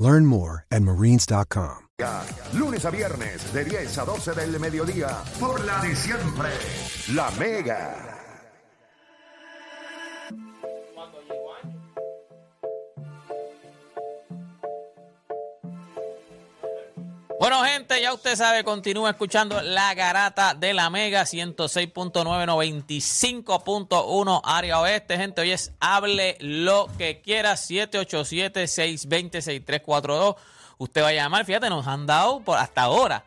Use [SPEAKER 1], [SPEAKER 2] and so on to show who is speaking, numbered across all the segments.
[SPEAKER 1] Learn more at marines.com.
[SPEAKER 2] Lunes a viernes de 10 a 12 del mediodía por la de siempre, La Mega.
[SPEAKER 3] Bueno, gente, ya usted sabe, continúa escuchando la garata de la Mega 106.995.1 área oeste. Gente, hoy es hable lo que quiera, 787-620-6342. Usted va a llamar, fíjate, nos han dado por hasta ahora.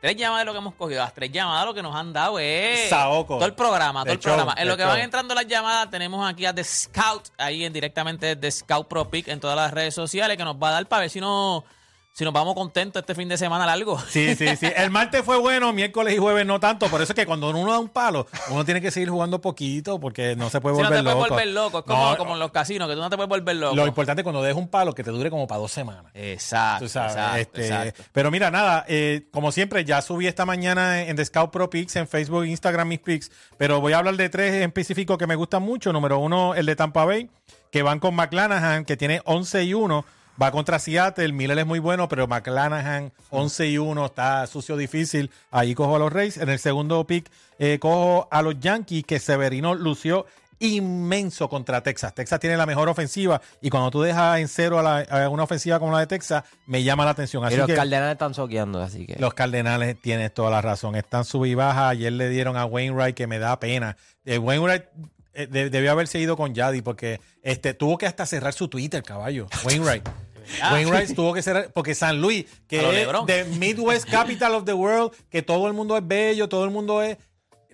[SPEAKER 3] Tres llamadas de lo que hemos cogido, las tres llamadas lo que nos han dado es
[SPEAKER 4] Saoco.
[SPEAKER 3] todo el programa, todo
[SPEAKER 4] De
[SPEAKER 3] el programa.
[SPEAKER 4] show,
[SPEAKER 3] En
[SPEAKER 4] de
[SPEAKER 3] lo que van
[SPEAKER 4] show.
[SPEAKER 3] entrando las llamadas, tenemos aquí a The Scout, ahí en directamente de Scout Pro Pick en todas las redes sociales, que nos va a dar para ver si no, si nos vamos contentos este fin de semana largo.
[SPEAKER 4] Sí, sí, sí. El martes fue bueno, miércoles y jueves no tanto. Por eso es que cuando uno da un palo, uno tiene que seguir jugando poquito porque no se puede
[SPEAKER 3] Si no te
[SPEAKER 4] volver
[SPEAKER 3] puedes
[SPEAKER 4] loco.
[SPEAKER 3] volver loco, es como,
[SPEAKER 4] No,
[SPEAKER 3] como en los casinos, que tú no te puedes volver loco.
[SPEAKER 4] Lo importante es cuando dejes un palo que te dure como para dos semanas.
[SPEAKER 3] Exacto,
[SPEAKER 4] Tú sabes,
[SPEAKER 3] exacto,
[SPEAKER 4] este,
[SPEAKER 3] exacto.
[SPEAKER 4] Pero mira, nada, eh, como siempre, ya subí esta mañana en The Scout Pro Picks, en Facebook, Instagram, mis picks. Pero voy a hablar de tres en específico que me gustan mucho. Número uno, el de Tampa Bay, que van con McClanahan, que tiene 11 y 1. Va contra Seattle, Miller es muy bueno, pero McClanahan 11 y 1 está sucio difícil. Ahí cojo a los Rays. En el segundo pick eh, cojo a los Yankees, que Severino lució inmenso contra Texas. Texas tiene la mejor ofensiva y cuando tú dejas en cero a, la- a una ofensiva como la de Texas, me llama la atención. Así
[SPEAKER 5] y los
[SPEAKER 4] que-
[SPEAKER 5] cardenales están soqueando, así que.
[SPEAKER 4] los Cardenales tienes toda la razón. Están sub y baja. Ayer le dieron a Wainwright que me da pena. Eh, Wainwright eh, de- debió haberse ido con Yadi porque este, tuvo que hasta cerrar su Twitter, caballo. Wainwright. Wainwright tuvo que cerrar porque San Luis, que
[SPEAKER 3] Ah, A lo
[SPEAKER 4] es
[SPEAKER 3] LeBron.
[SPEAKER 4] the Midwest Capital of the World, que todo el mundo es bello, todo el mundo es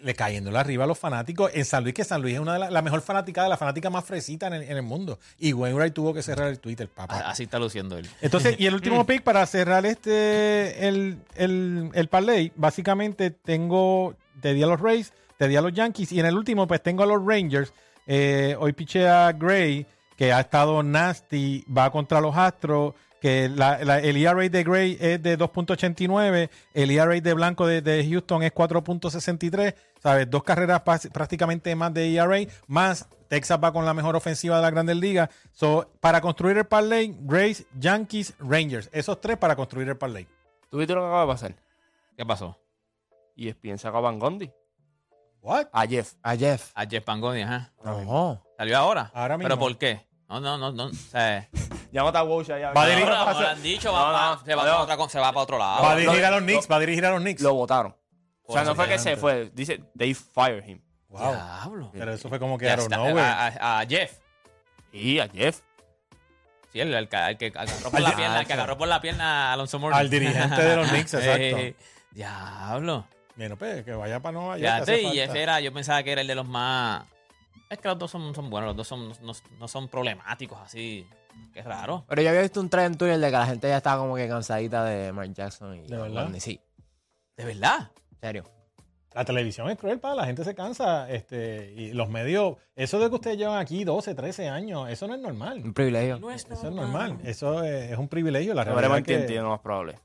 [SPEAKER 4] le cayéndole arriba a los fanáticos en San Luis, que San Luis es una de las la mejor fanática de la fanática más fresita en el, en el mundo. Y Wainwright tuvo que cerrar el Twitter, papá.
[SPEAKER 3] A- Así está luciendo él.
[SPEAKER 4] Entonces, y el último pick para cerrar este el, el, el parlay, básicamente tengo, te di a los Rays, te di a los Yankees y en el último pues tengo a los Rangers. Eh, hoy piché a Gray, que ha estado nasty, va contra los Astros, que la, la- el ERA de Gray es de 2.89, el ERA de Blanco de, de Houston es 4.63, ¿sabes? Dos carreras pas- prácticamente más de ERA, más Texas va con la mejor ofensiva de la Grandes Ligas. So, para construir el parlay, Grace, Yankees, Rangers. Esos tres para construir el parlay.
[SPEAKER 6] ¿Tú viste lo que acaba de pasar?
[SPEAKER 3] ¿Qué pasó?
[SPEAKER 6] Y es piensa a Van Gondi.
[SPEAKER 4] What?
[SPEAKER 6] A Jeff.
[SPEAKER 5] A Jeff.
[SPEAKER 3] A Jeff Pangoni, ajá.
[SPEAKER 5] No.
[SPEAKER 3] ¿Salió ahora?
[SPEAKER 4] Ahora mismo.
[SPEAKER 3] ¿Pero por qué? No, no, no, no. o sea,
[SPEAKER 6] Llámate a Walsh allá.
[SPEAKER 4] Va a dirigir-
[SPEAKER 3] ahora, como le han dicho, va
[SPEAKER 6] No,
[SPEAKER 3] pa-
[SPEAKER 6] no,
[SPEAKER 3] se, va
[SPEAKER 6] no.
[SPEAKER 3] pa' otra co- se va para otro lado.
[SPEAKER 4] Va a
[SPEAKER 6] lo-
[SPEAKER 4] dirigir a los
[SPEAKER 6] lo-
[SPEAKER 4] Knicks, va a dirigir a los Knicks.
[SPEAKER 6] Lo votaron. O sea,
[SPEAKER 3] Por
[SPEAKER 6] no fue que se
[SPEAKER 4] adelante.
[SPEAKER 6] fue. Dice, they fired him.
[SPEAKER 4] Wow.
[SPEAKER 3] Diablo.
[SPEAKER 4] Pero eso fue como que
[SPEAKER 3] Ya
[SPEAKER 4] out of
[SPEAKER 3] está, ah,
[SPEAKER 4] nowhere.
[SPEAKER 3] a, a- a Jeff.
[SPEAKER 6] Y a Jeff.
[SPEAKER 3] Sí, el, el ca- el que agarró por la
[SPEAKER 4] Al-
[SPEAKER 3] pierna, el que agarró por la pierna a Alonso Morris.
[SPEAKER 4] Al dirigente de los Knicks, exacto.
[SPEAKER 3] Eh, Diablo.
[SPEAKER 4] Bueno, pues, que vaya para Nueva York.
[SPEAKER 3] Fíjate,
[SPEAKER 4] hace
[SPEAKER 3] y Jeff
[SPEAKER 4] falta.
[SPEAKER 3] era, yo pensaba que era el de los más. Es que los dos son, son buenos, los dos son, no, no son problemáticos así. Qué raro.
[SPEAKER 5] Pero yo había visto un trend en Twitter de que la gente ya estaba como que cansadita de Mark Jackson y
[SPEAKER 4] ¿De verdad?
[SPEAKER 5] Rodney. Sí,
[SPEAKER 3] De verdad.
[SPEAKER 5] en serio.
[SPEAKER 4] La televisión es cruel, para la gente se cansa. Este, y los medios, eso de que ustedes llevan aquí 12, 13 años, eso no es normal.
[SPEAKER 5] Un privilegio.
[SPEAKER 4] Eso es normal. Eso es, es un privilegio. La
[SPEAKER 6] Lo
[SPEAKER 4] realidad
[SPEAKER 6] veremos
[SPEAKER 4] es
[SPEAKER 6] en TNT,
[SPEAKER 4] que,
[SPEAKER 6] lo más probable.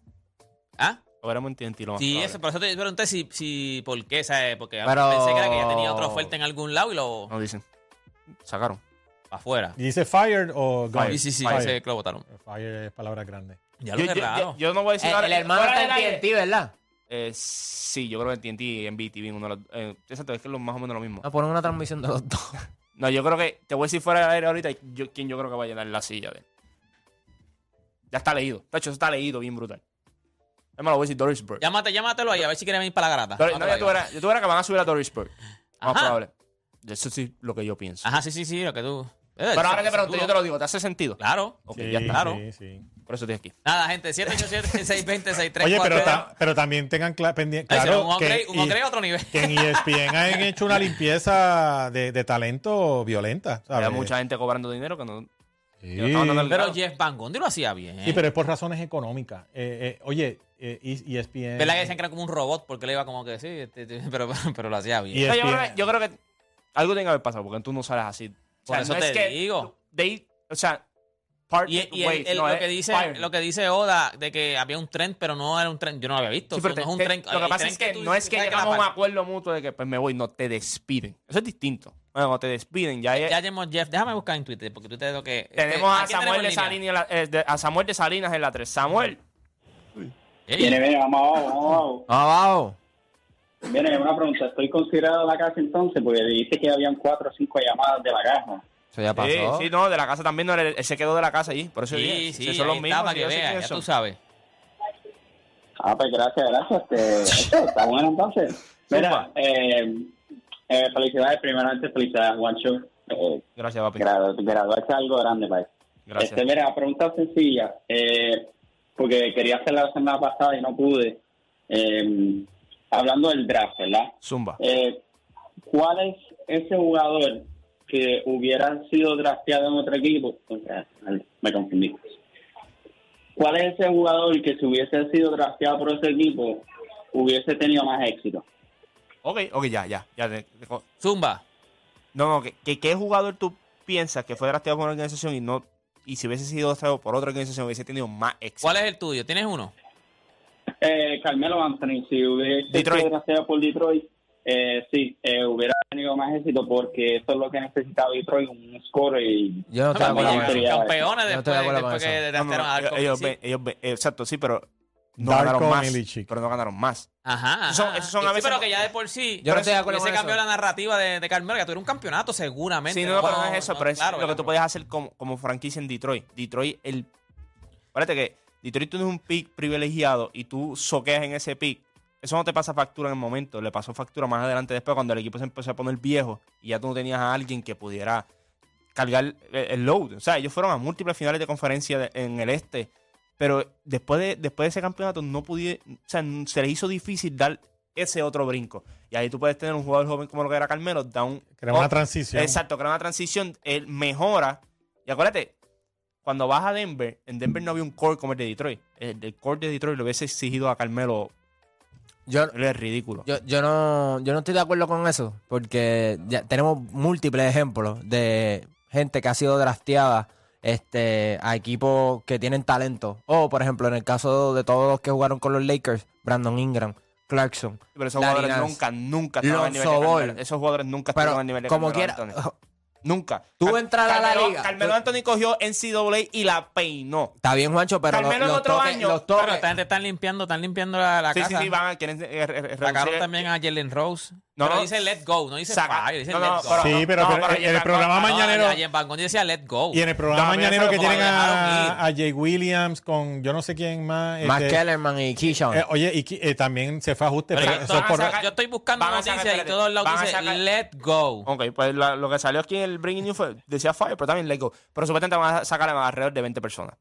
[SPEAKER 3] ¿Ah?
[SPEAKER 6] Lo veremos en TNT, lo más
[SPEAKER 3] Sí,
[SPEAKER 6] probable.
[SPEAKER 3] eso, por eso te pregunté si, si por qué, ¿sabes? Porque
[SPEAKER 5] Pero-
[SPEAKER 3] pensé que era que ya tenía otra oferta en algún lado y lo
[SPEAKER 6] No dicen. Sacaron.
[SPEAKER 3] afuera.
[SPEAKER 4] dice fired o gone.
[SPEAKER 3] Sí, sí, sí,
[SPEAKER 4] Fired.
[SPEAKER 3] ese que lo votaron.
[SPEAKER 4] Fire es palabra grande.
[SPEAKER 3] Ya lo que raro. Eh,
[SPEAKER 6] yo no voy a decir
[SPEAKER 5] El,
[SPEAKER 6] ahora-
[SPEAKER 5] el hermano
[SPEAKER 6] fuera
[SPEAKER 5] está
[SPEAKER 6] del
[SPEAKER 5] en
[SPEAKER 6] aire.
[SPEAKER 5] TNT, ¿verdad?
[SPEAKER 6] Eh, sí, yo creo que en TNT y en BTV. Uno de los- eh, exacto, es que es lo- más o menos lo mismo.
[SPEAKER 5] Nos Ah, ponen una transmisión de los dos.
[SPEAKER 6] No, yo creo que. Te voy a decir fuera del aire ahorita yo, quién yo creo que va a llenar la silla de él. Ya está leído. De hecho, está leído bien brutal. Es más, lo voy a decir Doris Burke.
[SPEAKER 3] Llámate, llámatelo ahí, a ver si quiere venir para la grata.
[SPEAKER 6] Doris- no,
[SPEAKER 3] Llámatelo
[SPEAKER 6] yo
[SPEAKER 3] ahí.
[SPEAKER 6] tuviera, yo tuviera que van a subir a Doris Burke. Más
[SPEAKER 3] Ajá.
[SPEAKER 6] probable. Eso sí es lo que yo pienso.
[SPEAKER 3] Ajá, sí, sí, sí, lo que tú. Eh,
[SPEAKER 6] Pero ahora que pregunto, yo te lo digo, ¿te hace sentido?
[SPEAKER 3] Claro.
[SPEAKER 6] Ok,
[SPEAKER 4] Sí,
[SPEAKER 6] ya está.
[SPEAKER 3] claro.
[SPEAKER 4] sí, sí.
[SPEAKER 6] Por eso estoy aquí.
[SPEAKER 3] Nada, gente, 787-620-6343.
[SPEAKER 4] Oye, pero, ta- pero también tengan cla- pendiente.
[SPEAKER 3] Ay, será
[SPEAKER 4] Claro,
[SPEAKER 3] un upgrade,
[SPEAKER 4] que
[SPEAKER 3] un upgrade
[SPEAKER 4] y-
[SPEAKER 3] a otro nivel.
[SPEAKER 4] que en E ESPN han hecho una limpieza de, de talento violenta. ¿sabes?
[SPEAKER 6] Había mucha gente cobrando dinero que no.
[SPEAKER 4] Sí.
[SPEAKER 6] que no estaban dando el
[SPEAKER 3] Pero
[SPEAKER 6] grado.
[SPEAKER 3] Jeff Van Gundy lo hacía bien.
[SPEAKER 4] Sí, pero es por razones económicas. Eh, eh, oye, eh, E- ESPN.
[SPEAKER 3] ¿Verdad que decían que era como un robot? Porque le iba como que sí, este, este, pero, pero lo hacía bien.
[SPEAKER 4] Y E
[SPEAKER 6] No, yo, creo
[SPEAKER 4] ESPN.
[SPEAKER 6] que, yo creo que algo tiene que haber pasado porque tú no sales así. O sea,
[SPEAKER 3] Por eso
[SPEAKER 6] no
[SPEAKER 3] te
[SPEAKER 6] es que
[SPEAKER 3] digo.
[SPEAKER 6] they- o sea, part
[SPEAKER 3] Y, y el-
[SPEAKER 6] ways,
[SPEAKER 3] el-
[SPEAKER 6] no,
[SPEAKER 3] lo,
[SPEAKER 6] es
[SPEAKER 3] que dice,
[SPEAKER 6] fire.
[SPEAKER 3] lo que dice Oda de que había un tren, pero no era un tren. Yo no lo había visto.
[SPEAKER 6] Sí, pero
[SPEAKER 3] no
[SPEAKER 6] te-
[SPEAKER 3] es un
[SPEAKER 6] te-
[SPEAKER 3] tren.
[SPEAKER 6] lo que
[SPEAKER 3] el
[SPEAKER 6] pasa
[SPEAKER 3] tren
[SPEAKER 6] es que,
[SPEAKER 3] tú
[SPEAKER 6] no es que
[SPEAKER 3] sabes la
[SPEAKER 6] llegamos a un
[SPEAKER 3] parte-
[SPEAKER 6] acuerdo mutuo de que pues me voy, no te despiden. Eso es distinto. Bueno, cuando te despiden, ya, es-
[SPEAKER 3] Ya llamó Jeff. Déjame buscar en Twitter porque tú te lo que.
[SPEAKER 6] tenemos a
[SPEAKER 3] ¿quién
[SPEAKER 6] Samuel, de
[SPEAKER 3] tenemos en línea?
[SPEAKER 6] Salinas, en la- eh, de- a Samuel de Salinas en la 3. Samuel,
[SPEAKER 3] Ey,
[SPEAKER 7] Viene, viene, vamos abajo, vamos abajo.
[SPEAKER 5] Abajo.
[SPEAKER 7] Viene, una pregunta. ¿Estoy considerada la casa entonces? Porque dijiste que habían cuatro o cinco llamadas de la caja.
[SPEAKER 5] Eso ya
[SPEAKER 6] Sí,
[SPEAKER 5] pasó.
[SPEAKER 6] sí, no, de la casa también. No, él, él se quedó de la casa allí. Por eso
[SPEAKER 3] Sí,
[SPEAKER 6] dije,
[SPEAKER 3] sí,
[SPEAKER 6] si
[SPEAKER 3] ahí
[SPEAKER 6] son los
[SPEAKER 3] está,
[SPEAKER 6] mismos.
[SPEAKER 3] para
[SPEAKER 6] si
[SPEAKER 3] que
[SPEAKER 6] yo sé
[SPEAKER 3] veas,
[SPEAKER 6] quiénes
[SPEAKER 3] ya
[SPEAKER 6] son.
[SPEAKER 3] tú sabes.
[SPEAKER 7] Ah, pues gracias, gracias. Este, está bueno entonces. Mira,
[SPEAKER 6] Zumba.
[SPEAKER 7] eh, eh, felicidades, primeramente felicidades, Juancho. Eh,
[SPEAKER 6] Gracias, papi.
[SPEAKER 7] gradu- graduarse es algo grande, país.
[SPEAKER 6] Gracias.
[SPEAKER 7] Este, mira, pregunta sencilla, eh, porque quería hacerla la semana pasada y no pude. Eh, hablando del draft, ¿verdad?
[SPEAKER 6] Zumba.
[SPEAKER 7] Eh, ¿Cuál es ese jugador que hubiera sido drafteado en otro equipo? O sea, vale, Me confundí. ¿Cuál es ese jugador que si hubiese sido drafteado por ese equipo hubiese tenido más éxito?
[SPEAKER 6] Ok, ok, ya, ya. ya te- te co-
[SPEAKER 3] Zumba.
[SPEAKER 6] no, no, que, que- ¿qué jugador tú piensas que fue drafteado por una organización y no. Y si hubiese sido drafteado por otra organización, hubiese tenido más éxito?
[SPEAKER 3] ¿Cuál es el tuyo? ¿Tienes uno?
[SPEAKER 7] Eh, Carmelo Anthony, si hubiese
[SPEAKER 6] Detroit.
[SPEAKER 7] sido drafteado por Detroit, eh, sí, eh, hubiera tenido más éxito porque eso es lo que necesitaba Detroit, un score y...
[SPEAKER 5] Yo no estoy de acuerdo
[SPEAKER 7] También
[SPEAKER 5] con eso.
[SPEAKER 7] sería-
[SPEAKER 3] Campeones
[SPEAKER 5] Yo no estoy
[SPEAKER 3] después,
[SPEAKER 5] de acuerdo con
[SPEAKER 3] después que
[SPEAKER 6] No, no,
[SPEAKER 3] draftearon Ah, a
[SPEAKER 6] ellos,
[SPEAKER 3] Darko
[SPEAKER 6] ellos
[SPEAKER 3] Milicic.
[SPEAKER 6] ven- ellos ven- eh, exacto, sí, pero no
[SPEAKER 4] Darko
[SPEAKER 6] ganaron más.
[SPEAKER 4] Milicic.
[SPEAKER 6] Pero no ganaron más.
[SPEAKER 3] Ajá.
[SPEAKER 6] Esos son-
[SPEAKER 3] ajá.
[SPEAKER 6] esos son a
[SPEAKER 3] Sí,
[SPEAKER 6] veces-
[SPEAKER 3] pero que ya de por sí.
[SPEAKER 5] Yo no estoy de acuerdo
[SPEAKER 3] Se
[SPEAKER 5] con
[SPEAKER 3] cambió
[SPEAKER 5] eso.
[SPEAKER 3] la narrativa de, de Carmelo, que tuviera un campeonato seguramente.
[SPEAKER 6] Sí, no, pero no es
[SPEAKER 3] No,
[SPEAKER 6] eso,
[SPEAKER 3] no,
[SPEAKER 6] pero es
[SPEAKER 3] claro,
[SPEAKER 6] lo que
[SPEAKER 3] claro.
[SPEAKER 6] tú podías hacer como, como franquicia en Detroit. Detroit, el. Acuérdate que Detroit tú tienes un pick privilegiado y tú soqueas en ese pick. Eso no te pasa factura en el momento, le pasó factura más adelante después cuando el equipo se empezó a poner viejo y ya tú no tenías a alguien que pudiera cargar el- el load. O sea, ellos fueron a múltiples finales de conferencia de- en el este, pero después de, después de ese campeonato no pudie, o sea, se les hizo difícil dar ese otro brinco. Y ahí tú puedes tener un jugador joven como lo que era Carmelo, da un...
[SPEAKER 4] Crea una
[SPEAKER 6] up-
[SPEAKER 4] transición.
[SPEAKER 6] Oh, Exacto, crea una transición, él mejora. Y acuérdate, cuando vas a Denver, en Denver no había un core como el de Detroit. El, el core de Detroit lo hubiese exigido a Carmelo.
[SPEAKER 5] Yo,
[SPEAKER 6] Él es ridículo.
[SPEAKER 5] yo, yo no, yo no estoy de acuerdo con eso, porque ya tenemos múltiples ejemplos de gente que ha sido drafteada este, a equipos que tienen talento. O, por ejemplo, en el caso de todos los que jugaron con los Lakers, Brandon Ingram, Clarkson.
[SPEAKER 6] pero esos
[SPEAKER 5] Larry
[SPEAKER 6] jugadores
[SPEAKER 5] Nance.
[SPEAKER 6] nunca, nunca estaban al nivel de
[SPEAKER 5] Lonzo Ball.
[SPEAKER 6] Carmelo. Esos jugadores nunca estaban
[SPEAKER 5] Pero,
[SPEAKER 6] al nivel de
[SPEAKER 5] como
[SPEAKER 6] Carmelo
[SPEAKER 5] quiera,
[SPEAKER 6] Anthony. Nunca.
[SPEAKER 5] Tú
[SPEAKER 6] Car-
[SPEAKER 5] entrar a la
[SPEAKER 6] Carmelo-
[SPEAKER 5] liga.
[SPEAKER 6] Carmelo
[SPEAKER 5] Tú-
[SPEAKER 6] Anthony cogió NCAA y la peinó.
[SPEAKER 5] está bien, Juancho, pero los,
[SPEAKER 6] Carmelo en
[SPEAKER 5] los
[SPEAKER 6] otro
[SPEAKER 5] toques-
[SPEAKER 6] año,
[SPEAKER 5] los
[SPEAKER 6] pero
[SPEAKER 3] Pero
[SPEAKER 5] toques-
[SPEAKER 3] esta gente están limpiando, están limpiando la, la
[SPEAKER 6] sí,
[SPEAKER 3] casa.
[SPEAKER 6] sí, sí, van a quieren eh, re- re-
[SPEAKER 3] Sacaron
[SPEAKER 6] reducir-
[SPEAKER 3] también a Jalen Rose.
[SPEAKER 6] No,
[SPEAKER 3] pero
[SPEAKER 6] no.
[SPEAKER 3] dice let go, no dice
[SPEAKER 6] Saca.
[SPEAKER 3] fire, dice
[SPEAKER 6] No,
[SPEAKER 3] let
[SPEAKER 6] no,
[SPEAKER 3] go.
[SPEAKER 6] pero-
[SPEAKER 4] Sí, pero,
[SPEAKER 6] No,
[SPEAKER 4] pero
[SPEAKER 6] pero
[SPEAKER 4] en el
[SPEAKER 6] Jeff
[SPEAKER 4] programa
[SPEAKER 6] Van Gundy-
[SPEAKER 4] mañanero.
[SPEAKER 3] Y en Van Gundy decía let go.
[SPEAKER 4] Y en el programa
[SPEAKER 6] No, mira,
[SPEAKER 4] mañanero
[SPEAKER 6] eso
[SPEAKER 4] que
[SPEAKER 6] lo
[SPEAKER 4] tienen
[SPEAKER 3] dejaron
[SPEAKER 4] a, a Jay Williams con yo no sé quién más.
[SPEAKER 5] Max
[SPEAKER 4] este,
[SPEAKER 5] Kellerman y Keyshawn.
[SPEAKER 4] eh, oye, y que- eh, también se fue a ajuste.
[SPEAKER 3] Pero
[SPEAKER 4] pero
[SPEAKER 3] yo,
[SPEAKER 4] eso es
[SPEAKER 3] estoy-
[SPEAKER 4] por-
[SPEAKER 6] saca-
[SPEAKER 3] yo estoy buscando
[SPEAKER 6] van a sacar-
[SPEAKER 3] noticias y
[SPEAKER 6] espérate,
[SPEAKER 3] todos lados
[SPEAKER 6] van a
[SPEAKER 3] dicen
[SPEAKER 6] sacar-
[SPEAKER 3] let go.
[SPEAKER 6] Ok, pues la- lo que salió aquí en el Breaking News fue, decía Fire, pero también Lego. Pero supuestamente van a sacar a alrededor de 20 personas.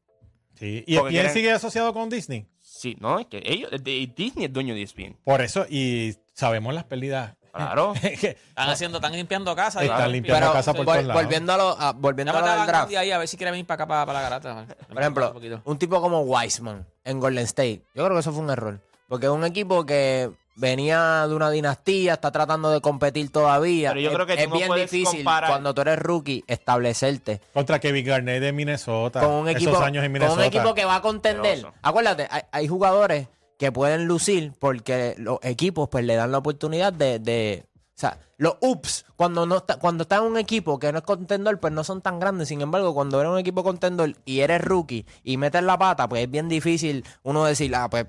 [SPEAKER 4] sí. ¿Y E
[SPEAKER 6] porque
[SPEAKER 4] quién
[SPEAKER 6] quieren-
[SPEAKER 4] sigue asociado con Disney?
[SPEAKER 6] Sí, no, es que ellos, de- de- Disney es dueño de E ESPN.
[SPEAKER 4] Por eso, y sabemos las pérdidas.
[SPEAKER 6] Claro.
[SPEAKER 3] Están haciendo, están limpiando casa.
[SPEAKER 4] Están
[SPEAKER 3] claro.
[SPEAKER 4] limpiando
[SPEAKER 5] pero
[SPEAKER 4] casa por
[SPEAKER 5] vol-
[SPEAKER 4] todos lados.
[SPEAKER 5] volviendo a lo, a- volviendo a lo
[SPEAKER 3] Llámate a
[SPEAKER 5] del
[SPEAKER 3] Van
[SPEAKER 5] draft.
[SPEAKER 3] Gundy ahí a ver si quiere venir para acá, para, para la garata.
[SPEAKER 5] Por ejemplo, un tipo como Wiseman en Golden State. Yo creo que eso fue un error. Porque es un equipo que venía de una dinastía, está tratando de competir todavía.
[SPEAKER 6] Pero yo
[SPEAKER 5] es,
[SPEAKER 6] creo que tú
[SPEAKER 5] es
[SPEAKER 6] no
[SPEAKER 5] bien
[SPEAKER 6] puedes
[SPEAKER 5] difícil
[SPEAKER 6] comparar-
[SPEAKER 5] cuando tú eres rookie establecerte
[SPEAKER 4] Contra Kevin Garnett de Minnesota.
[SPEAKER 5] con un equipo,
[SPEAKER 4] esos años en
[SPEAKER 5] con
[SPEAKER 4] Minnesota.
[SPEAKER 5] un equipo que va a contender.
[SPEAKER 6] Asqueroso.
[SPEAKER 5] Acuérdate, hay, hay jugadores que pueden lucir porque los equipos pues le dan la oportunidad de, de- o sea, los ups, cuando no está, cuando está en un equipo que no es contendor, pues no son tan grandes. Sin embargo, cuando eres un equipo contendor y eres rookie y metes la pata, pues es bien difícil uno decir, ah, pues,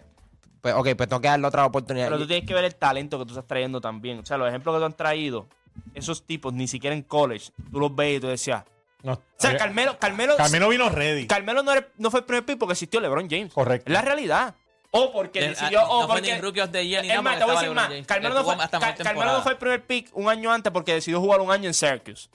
[SPEAKER 5] pues ok, pues tengo que darle otra oportunidad.
[SPEAKER 6] Pero tú tienes que ver el talento que tú estás trayendo también. O sea, los ejemplos que tú has traído, esos tipos ni siquiera en college, tú los ves y tú decías.
[SPEAKER 4] No,
[SPEAKER 6] O sea,
[SPEAKER 4] había-
[SPEAKER 6] Carmelo, Carmelo,
[SPEAKER 4] Carmelo vino ready.
[SPEAKER 6] Carmelo no, era- no fue el primer pick porque existió LeBron James.
[SPEAKER 4] Correcto.
[SPEAKER 6] Es la realidad. O porque
[SPEAKER 3] De-
[SPEAKER 6] decidió.
[SPEAKER 3] ah,
[SPEAKER 6] o
[SPEAKER 3] no fue
[SPEAKER 6] "Oh, porque,
[SPEAKER 3] ni Rookie of the Year ni nada,
[SPEAKER 6] Es más,
[SPEAKER 3] porque
[SPEAKER 6] te voy a
[SPEAKER 3] estaba
[SPEAKER 6] decir
[SPEAKER 3] LeBron
[SPEAKER 6] más.
[SPEAKER 3] James.
[SPEAKER 6] Carmelo
[SPEAKER 3] Estuvo
[SPEAKER 6] no, fue,
[SPEAKER 3] hasta
[SPEAKER 6] Car-
[SPEAKER 3] mejor
[SPEAKER 6] Carmelo no
[SPEAKER 3] temporada.
[SPEAKER 6] fue el primer pick un año antes porque decidió jugar un año en Syracuse.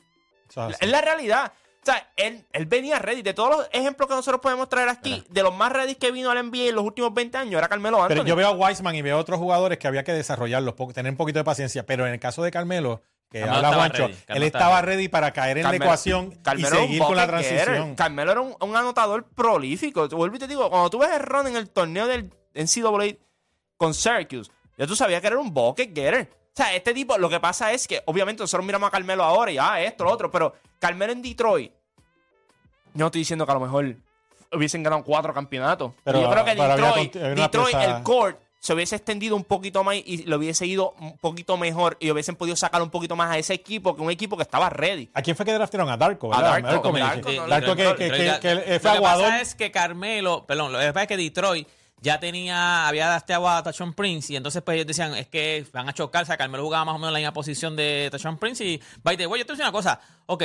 [SPEAKER 6] Es la realidad. O sea, él, él venía ready. De todos los ejemplos que nosotros podemos traer aquí, de los más ready que vino al NBA en los últimos 20 años, era Carmelo Anthony.
[SPEAKER 4] Pero yo veo a Wiseman y veo a otros jugadores que había que desarrollarlos, po- tener un poquito de paciencia. Pero en el caso de Carmelo, que
[SPEAKER 3] Carmelo
[SPEAKER 4] habla
[SPEAKER 3] estaba
[SPEAKER 4] Juancho,
[SPEAKER 3] ready,
[SPEAKER 4] él
[SPEAKER 3] Carmelo estaba
[SPEAKER 4] estaba ready para caer en la ecuación y
[SPEAKER 6] Carmelo era un
[SPEAKER 4] seguir con la
[SPEAKER 6] bucket getter.
[SPEAKER 4] transición.
[SPEAKER 6] Carmelo era un, un anotador prolífico. Te Vuelvo y te digo, cuando tú ves el run en el torneo del NCAA con Syracuse, ya tú sabías que era un bucket getter. O sea, este tipo, lo que pasa es que, obviamente, nosotros miramos a Carmelo ahora y ah, esto, lo otro, pero Carmelo en Detroit, yo no estoy diciendo que a lo mejor hubiesen ganado cuatro campeonatos.
[SPEAKER 4] Pero,
[SPEAKER 6] yo creo que
[SPEAKER 4] pero había
[SPEAKER 6] Detroit,
[SPEAKER 4] conti- había una
[SPEAKER 6] Detroit,
[SPEAKER 4] pieza-
[SPEAKER 6] el court se hubiese extendido un poquito más y lo hubiese ido un poquito mejor y hubiesen podido sacar un poquito más a ese equipo que un equipo que estaba ready.
[SPEAKER 4] ¿A quién fue que draftearon? A Darko,
[SPEAKER 6] A
[SPEAKER 4] ¿verdad?
[SPEAKER 6] Darko,
[SPEAKER 4] me
[SPEAKER 6] Darko,
[SPEAKER 4] dijiste.
[SPEAKER 6] no,
[SPEAKER 4] Darko que,
[SPEAKER 6] Darko,
[SPEAKER 4] que-
[SPEAKER 3] Detroit ya-
[SPEAKER 4] que- que- que fue
[SPEAKER 3] lo que
[SPEAKER 4] aguador.
[SPEAKER 3] pasa es que Carmelo, perdón, lo que pasa es que Detroit ya tenía, había dasteado a Tachon Prince y entonces pues ellos decían, es que van a chocarse, a Carmelo jugaba más o menos en la misma posición de Tachon Prince y, by the way, yo te voy a decir una cosa, ok,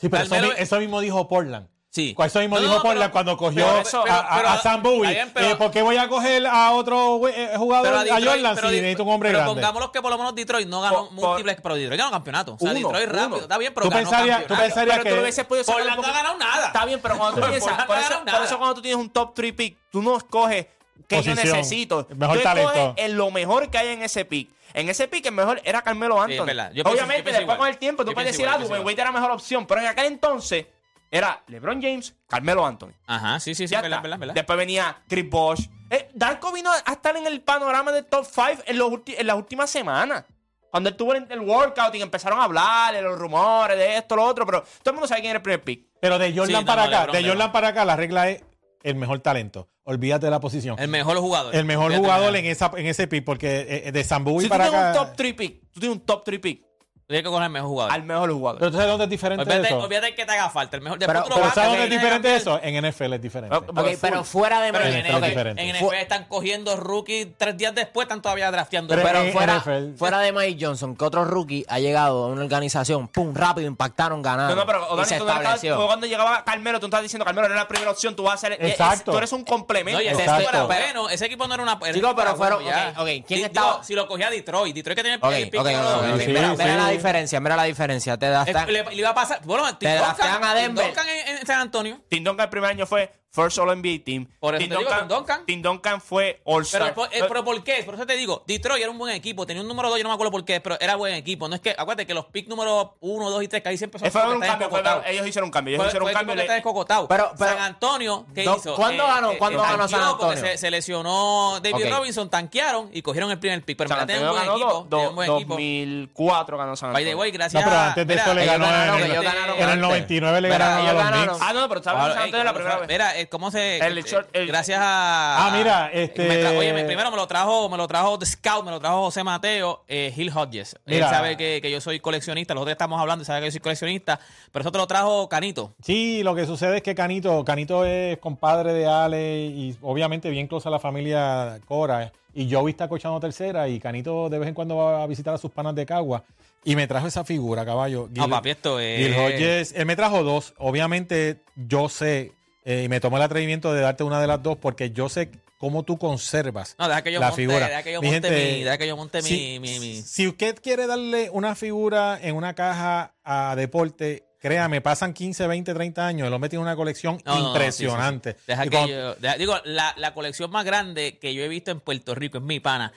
[SPEAKER 4] Sí, pero eso,
[SPEAKER 3] Carmelo-
[SPEAKER 4] mi- eso mismo dijo Portland.
[SPEAKER 3] Sí.
[SPEAKER 4] Eso mismo
[SPEAKER 3] No, no,
[SPEAKER 4] dijo
[SPEAKER 3] no,
[SPEAKER 4] Portland
[SPEAKER 3] pero-
[SPEAKER 4] cuando cogió
[SPEAKER 3] pero eso-
[SPEAKER 4] a- a,
[SPEAKER 3] pero-
[SPEAKER 4] a Sam Bowie.
[SPEAKER 3] Está bien, pero-
[SPEAKER 4] Eh, ¿Por qué voy a coger a otro güey, eh, jugador,
[SPEAKER 3] pero
[SPEAKER 4] a,
[SPEAKER 3] Detroit-
[SPEAKER 4] Jordan,
[SPEAKER 3] pero
[SPEAKER 4] si
[SPEAKER 3] Di-
[SPEAKER 4] necesito un hombre
[SPEAKER 3] pero
[SPEAKER 4] grande?
[SPEAKER 3] pongámoslo que por lo menos Detroit no ganó
[SPEAKER 6] Por- por-
[SPEAKER 3] múltiples, pero Detroit ganó campeonato. O sea,
[SPEAKER 6] Uno,
[SPEAKER 3] Detroit
[SPEAKER 6] uno.
[SPEAKER 3] rápido, está bien, pero
[SPEAKER 4] Tú
[SPEAKER 3] ganó
[SPEAKER 4] pensarías- tú
[SPEAKER 3] campeonato.
[SPEAKER 4] pensarías-
[SPEAKER 6] pero
[SPEAKER 4] que-
[SPEAKER 6] tú lo hubieses podido sacar un
[SPEAKER 3] Portland no
[SPEAKER 6] poco-
[SPEAKER 3] ha ganado nada.
[SPEAKER 6] Está bien, pero cuando tú
[SPEAKER 3] Portland
[SPEAKER 6] piensas,
[SPEAKER 3] no
[SPEAKER 6] por
[SPEAKER 3] ha
[SPEAKER 6] eso,
[SPEAKER 3] ganado
[SPEAKER 6] por
[SPEAKER 3] nada.
[SPEAKER 6] eso cuando tú tienes un top 3 pick, tú no escoges que yo
[SPEAKER 4] Posición,
[SPEAKER 6] necesito.
[SPEAKER 4] el mejor
[SPEAKER 6] tú
[SPEAKER 4] talento.
[SPEAKER 6] escoges en lo mejor que hay en ese pick. En ese pick el mejor era Carmelo
[SPEAKER 3] es
[SPEAKER 6] Anthony.
[SPEAKER 3] verdad. Yo pienso- yo
[SPEAKER 6] Obviamente,
[SPEAKER 3] pienso
[SPEAKER 6] después
[SPEAKER 3] igual.
[SPEAKER 6] con el tiempo, tú
[SPEAKER 3] Yo
[SPEAKER 6] puedes
[SPEAKER 3] pienso
[SPEAKER 6] decir, ah,
[SPEAKER 3] igual, yo pienso
[SPEAKER 6] Dwayne
[SPEAKER 3] igual.
[SPEAKER 6] Wade era mejor opción. Pero en aquel entonces era LeBron James, Carmelo Anthony.
[SPEAKER 3] Ajá, sí, sí, sí,
[SPEAKER 6] Ya
[SPEAKER 3] verdad,
[SPEAKER 6] está.
[SPEAKER 3] verdad, verdad.
[SPEAKER 6] Después venía Chris Bosh. Eh, Darko vino a estar en el panorama de top 5 en, los ulti- en las últimas semanas. Cuando él tuvo el, el workout y empezaron a hablar de los rumores, de esto, lo otro, pero todo el mundo sabe quién era el primer pick.
[SPEAKER 4] Pero de
[SPEAKER 3] Sí,
[SPEAKER 4] Jordan
[SPEAKER 3] no,
[SPEAKER 4] para
[SPEAKER 3] no,
[SPEAKER 4] acá,
[SPEAKER 3] LeBron,
[SPEAKER 4] de Jordan
[SPEAKER 3] LeBron.
[SPEAKER 4] para acá, la regla es el mejor talento. Olvídate de la posición.
[SPEAKER 3] El mejor jugador.
[SPEAKER 4] El mejor
[SPEAKER 3] Fíjate,
[SPEAKER 4] jugador
[SPEAKER 3] mira.
[SPEAKER 4] en, esa, en ese pick, porque eh, de Sambuy
[SPEAKER 6] Si tú
[SPEAKER 4] para
[SPEAKER 6] tienes un
[SPEAKER 4] acá.
[SPEAKER 6] top 3 pick, tú tienes un top 3 pick
[SPEAKER 3] Tiene que coger el mejor jugador.
[SPEAKER 6] al mejor jugador.
[SPEAKER 4] Pero tú sabes dónde es diferente de
[SPEAKER 3] Olvídate,
[SPEAKER 4] eso.
[SPEAKER 3] olvídate el que te haga falta. El mejor de
[SPEAKER 5] Pero-
[SPEAKER 3] pronto lo
[SPEAKER 4] Pero
[SPEAKER 3] vas a
[SPEAKER 4] ¿sabes dónde
[SPEAKER 3] tener en
[SPEAKER 4] es
[SPEAKER 3] el
[SPEAKER 4] diferente
[SPEAKER 3] campeón.
[SPEAKER 4] eso? En NFL es diferente.
[SPEAKER 6] Ah,
[SPEAKER 5] Ok, pero fuera de
[SPEAKER 3] Pero
[SPEAKER 4] En
[SPEAKER 3] en,
[SPEAKER 4] NFL es
[SPEAKER 3] NFL,
[SPEAKER 4] diferente.
[SPEAKER 3] en NFL están cogiendo rookies tres días después, están todavía drafteando.
[SPEAKER 4] Pero-
[SPEAKER 5] Pero
[SPEAKER 4] en
[SPEAKER 5] fuera,
[SPEAKER 4] NFL.
[SPEAKER 5] fuera de Mike Johnson, que otro rookie ha llegado a una organización, pum, rápido, impactaron,
[SPEAKER 6] No,
[SPEAKER 5] ganaron.
[SPEAKER 6] no, pero
[SPEAKER 5] y
[SPEAKER 6] Odani,
[SPEAKER 5] se
[SPEAKER 6] tú no estabas- tú
[SPEAKER 5] estableció.
[SPEAKER 6] cuando llegaba Carmelo, tú estás diciendo Carmelo no era la primera opción, tú vas a ser. es- es-
[SPEAKER 4] Exacto.
[SPEAKER 6] tú eres un complemento.
[SPEAKER 3] no, y ese
[SPEAKER 4] Exacto.
[SPEAKER 3] equipo era bueno. Ese equipo no era una. era
[SPEAKER 5] Chico,
[SPEAKER 3] un equipo
[SPEAKER 5] pero
[SPEAKER 3] era bueno
[SPEAKER 5] fueron-
[SPEAKER 3] ya.
[SPEAKER 5] ok, ok, ¿quién
[SPEAKER 3] Di-
[SPEAKER 5] estaba-
[SPEAKER 3] digo, si lo cogía Detroit, Detroit que tenía el
[SPEAKER 5] Ok,
[SPEAKER 3] el
[SPEAKER 5] ok,
[SPEAKER 3] pick
[SPEAKER 5] ok,
[SPEAKER 3] número
[SPEAKER 5] ok,
[SPEAKER 3] dos.
[SPEAKER 5] ok.
[SPEAKER 4] Sí,
[SPEAKER 5] Mira,
[SPEAKER 4] sí.
[SPEAKER 5] mira la diferencia, mira la diferencia. Te das
[SPEAKER 3] Es- Le, le iba a pasar. Bueno, Tim
[SPEAKER 5] draftean
[SPEAKER 3] Duncan-
[SPEAKER 5] a
[SPEAKER 3] Tim
[SPEAKER 5] Denver.
[SPEAKER 3] Duncan en, en San Antonio.
[SPEAKER 6] Tim Duncan el primer año fue First All NBA Team.
[SPEAKER 3] Por eso
[SPEAKER 6] Tim
[SPEAKER 3] te digo, Tim Duncan.
[SPEAKER 6] Tim Duncan fue All
[SPEAKER 3] Pero,
[SPEAKER 6] Star.
[SPEAKER 3] por- eh, pero ¿por qué? Por eso te digo, Detroit era un buen equipo, tenía un número 2, yo no me acuerdo por qué, pero era buen equipo. No es que, acuérdate que los picks número 1, 2 y 3 que ahí siempre son
[SPEAKER 6] Eh, fue
[SPEAKER 3] los que
[SPEAKER 6] un
[SPEAKER 3] están
[SPEAKER 6] cambio, fue-
[SPEAKER 3] encocotados.
[SPEAKER 6] ellos hicieron un cambio, ellos
[SPEAKER 3] Fue-
[SPEAKER 6] hicieron
[SPEAKER 3] fue
[SPEAKER 6] un
[SPEAKER 3] el equipo
[SPEAKER 6] cambio.
[SPEAKER 3] que
[SPEAKER 6] le-
[SPEAKER 3] está descocotado.
[SPEAKER 5] Pero- pero-
[SPEAKER 3] San Antonio, ¿qué
[SPEAKER 5] Do-
[SPEAKER 3] hizo? Eh,
[SPEAKER 5] ¿cuándo ganó? ¿Cuándo ganó San
[SPEAKER 3] tanqueó porque
[SPEAKER 5] Antonio?
[SPEAKER 3] Se, se lesionó David
[SPEAKER 5] Ok.
[SPEAKER 3] Robinson, tanquearon y cogieron el primer pick. Pero
[SPEAKER 6] San
[SPEAKER 3] para tener un
[SPEAKER 6] Antonio
[SPEAKER 3] buen
[SPEAKER 6] ganó
[SPEAKER 3] equipo,
[SPEAKER 6] do-
[SPEAKER 3] tenían
[SPEAKER 6] do-
[SPEAKER 3] un buen equipo.
[SPEAKER 6] 2004 ganó San
[SPEAKER 3] By the
[SPEAKER 6] Antonio.
[SPEAKER 3] way, gracias.
[SPEAKER 4] No, pero antes de
[SPEAKER 3] mira,
[SPEAKER 4] eso le
[SPEAKER 3] ellos
[SPEAKER 4] ganó
[SPEAKER 3] ganaron,
[SPEAKER 4] en el-
[SPEAKER 3] ellos ganaron
[SPEAKER 4] en el
[SPEAKER 3] antes.
[SPEAKER 4] 99 le
[SPEAKER 5] Mira,
[SPEAKER 4] ganaron a
[SPEAKER 5] ellos
[SPEAKER 4] los
[SPEAKER 5] ganaron.
[SPEAKER 4] Knicks.
[SPEAKER 6] Ah, no, pero estaba en
[SPEAKER 3] Ahora,
[SPEAKER 6] San Antonio
[SPEAKER 3] ey,
[SPEAKER 6] la primera vez.
[SPEAKER 3] Mira, eh, ¿cómo se.?
[SPEAKER 6] El
[SPEAKER 3] eh,
[SPEAKER 6] short- el-
[SPEAKER 3] gracias a.
[SPEAKER 4] Ah, mira, este-
[SPEAKER 3] me tra- oye, me- primero me lo trajo, me lo trajo The Scout, me lo trajo José Mateo, eh, Gil Hodges.
[SPEAKER 4] Mira.
[SPEAKER 3] Él sabe que, que yo soy coleccionista, los otros estamos hablando y sabe que yo soy coleccionista, pero eso te lo trajo Canito.
[SPEAKER 4] Sí, lo que sucede es que Canito, Canito es compadre de Ale y obviamente bien close a la familia Cora. eh. Y Joey está cochando tercera y Canito de vez en cuando va a visitar a sus panas de Cagua. Y me trajo esa figura, caballo.
[SPEAKER 3] No, Ah, papi, este- esto es-
[SPEAKER 4] Gil Hodges. Él me trajo dos. Obviamente yo sé, eh, y me tomé el atrevimiento de darte una de las dos porque yo sé cómo tú conservas
[SPEAKER 3] No, deja que yo
[SPEAKER 4] la
[SPEAKER 3] monte,
[SPEAKER 4] figura.
[SPEAKER 3] deja que yo
[SPEAKER 4] Mi
[SPEAKER 3] monte
[SPEAKER 4] gente,
[SPEAKER 3] mi- deja que yo monte mi-
[SPEAKER 4] si,
[SPEAKER 3] mi- mi-
[SPEAKER 4] si usted quiere darle una figura en una caja a deporte, créame, pasan 15, 20, 30 años. El hombre tiene una colección
[SPEAKER 3] No, no, no,
[SPEAKER 4] impresionante.
[SPEAKER 3] sí, sí, sí. Deja
[SPEAKER 4] Y
[SPEAKER 3] que
[SPEAKER 4] cuando-
[SPEAKER 3] yo- deja- digo, la, la colección más grande que yo he visto en Puerto Rico es mi pana,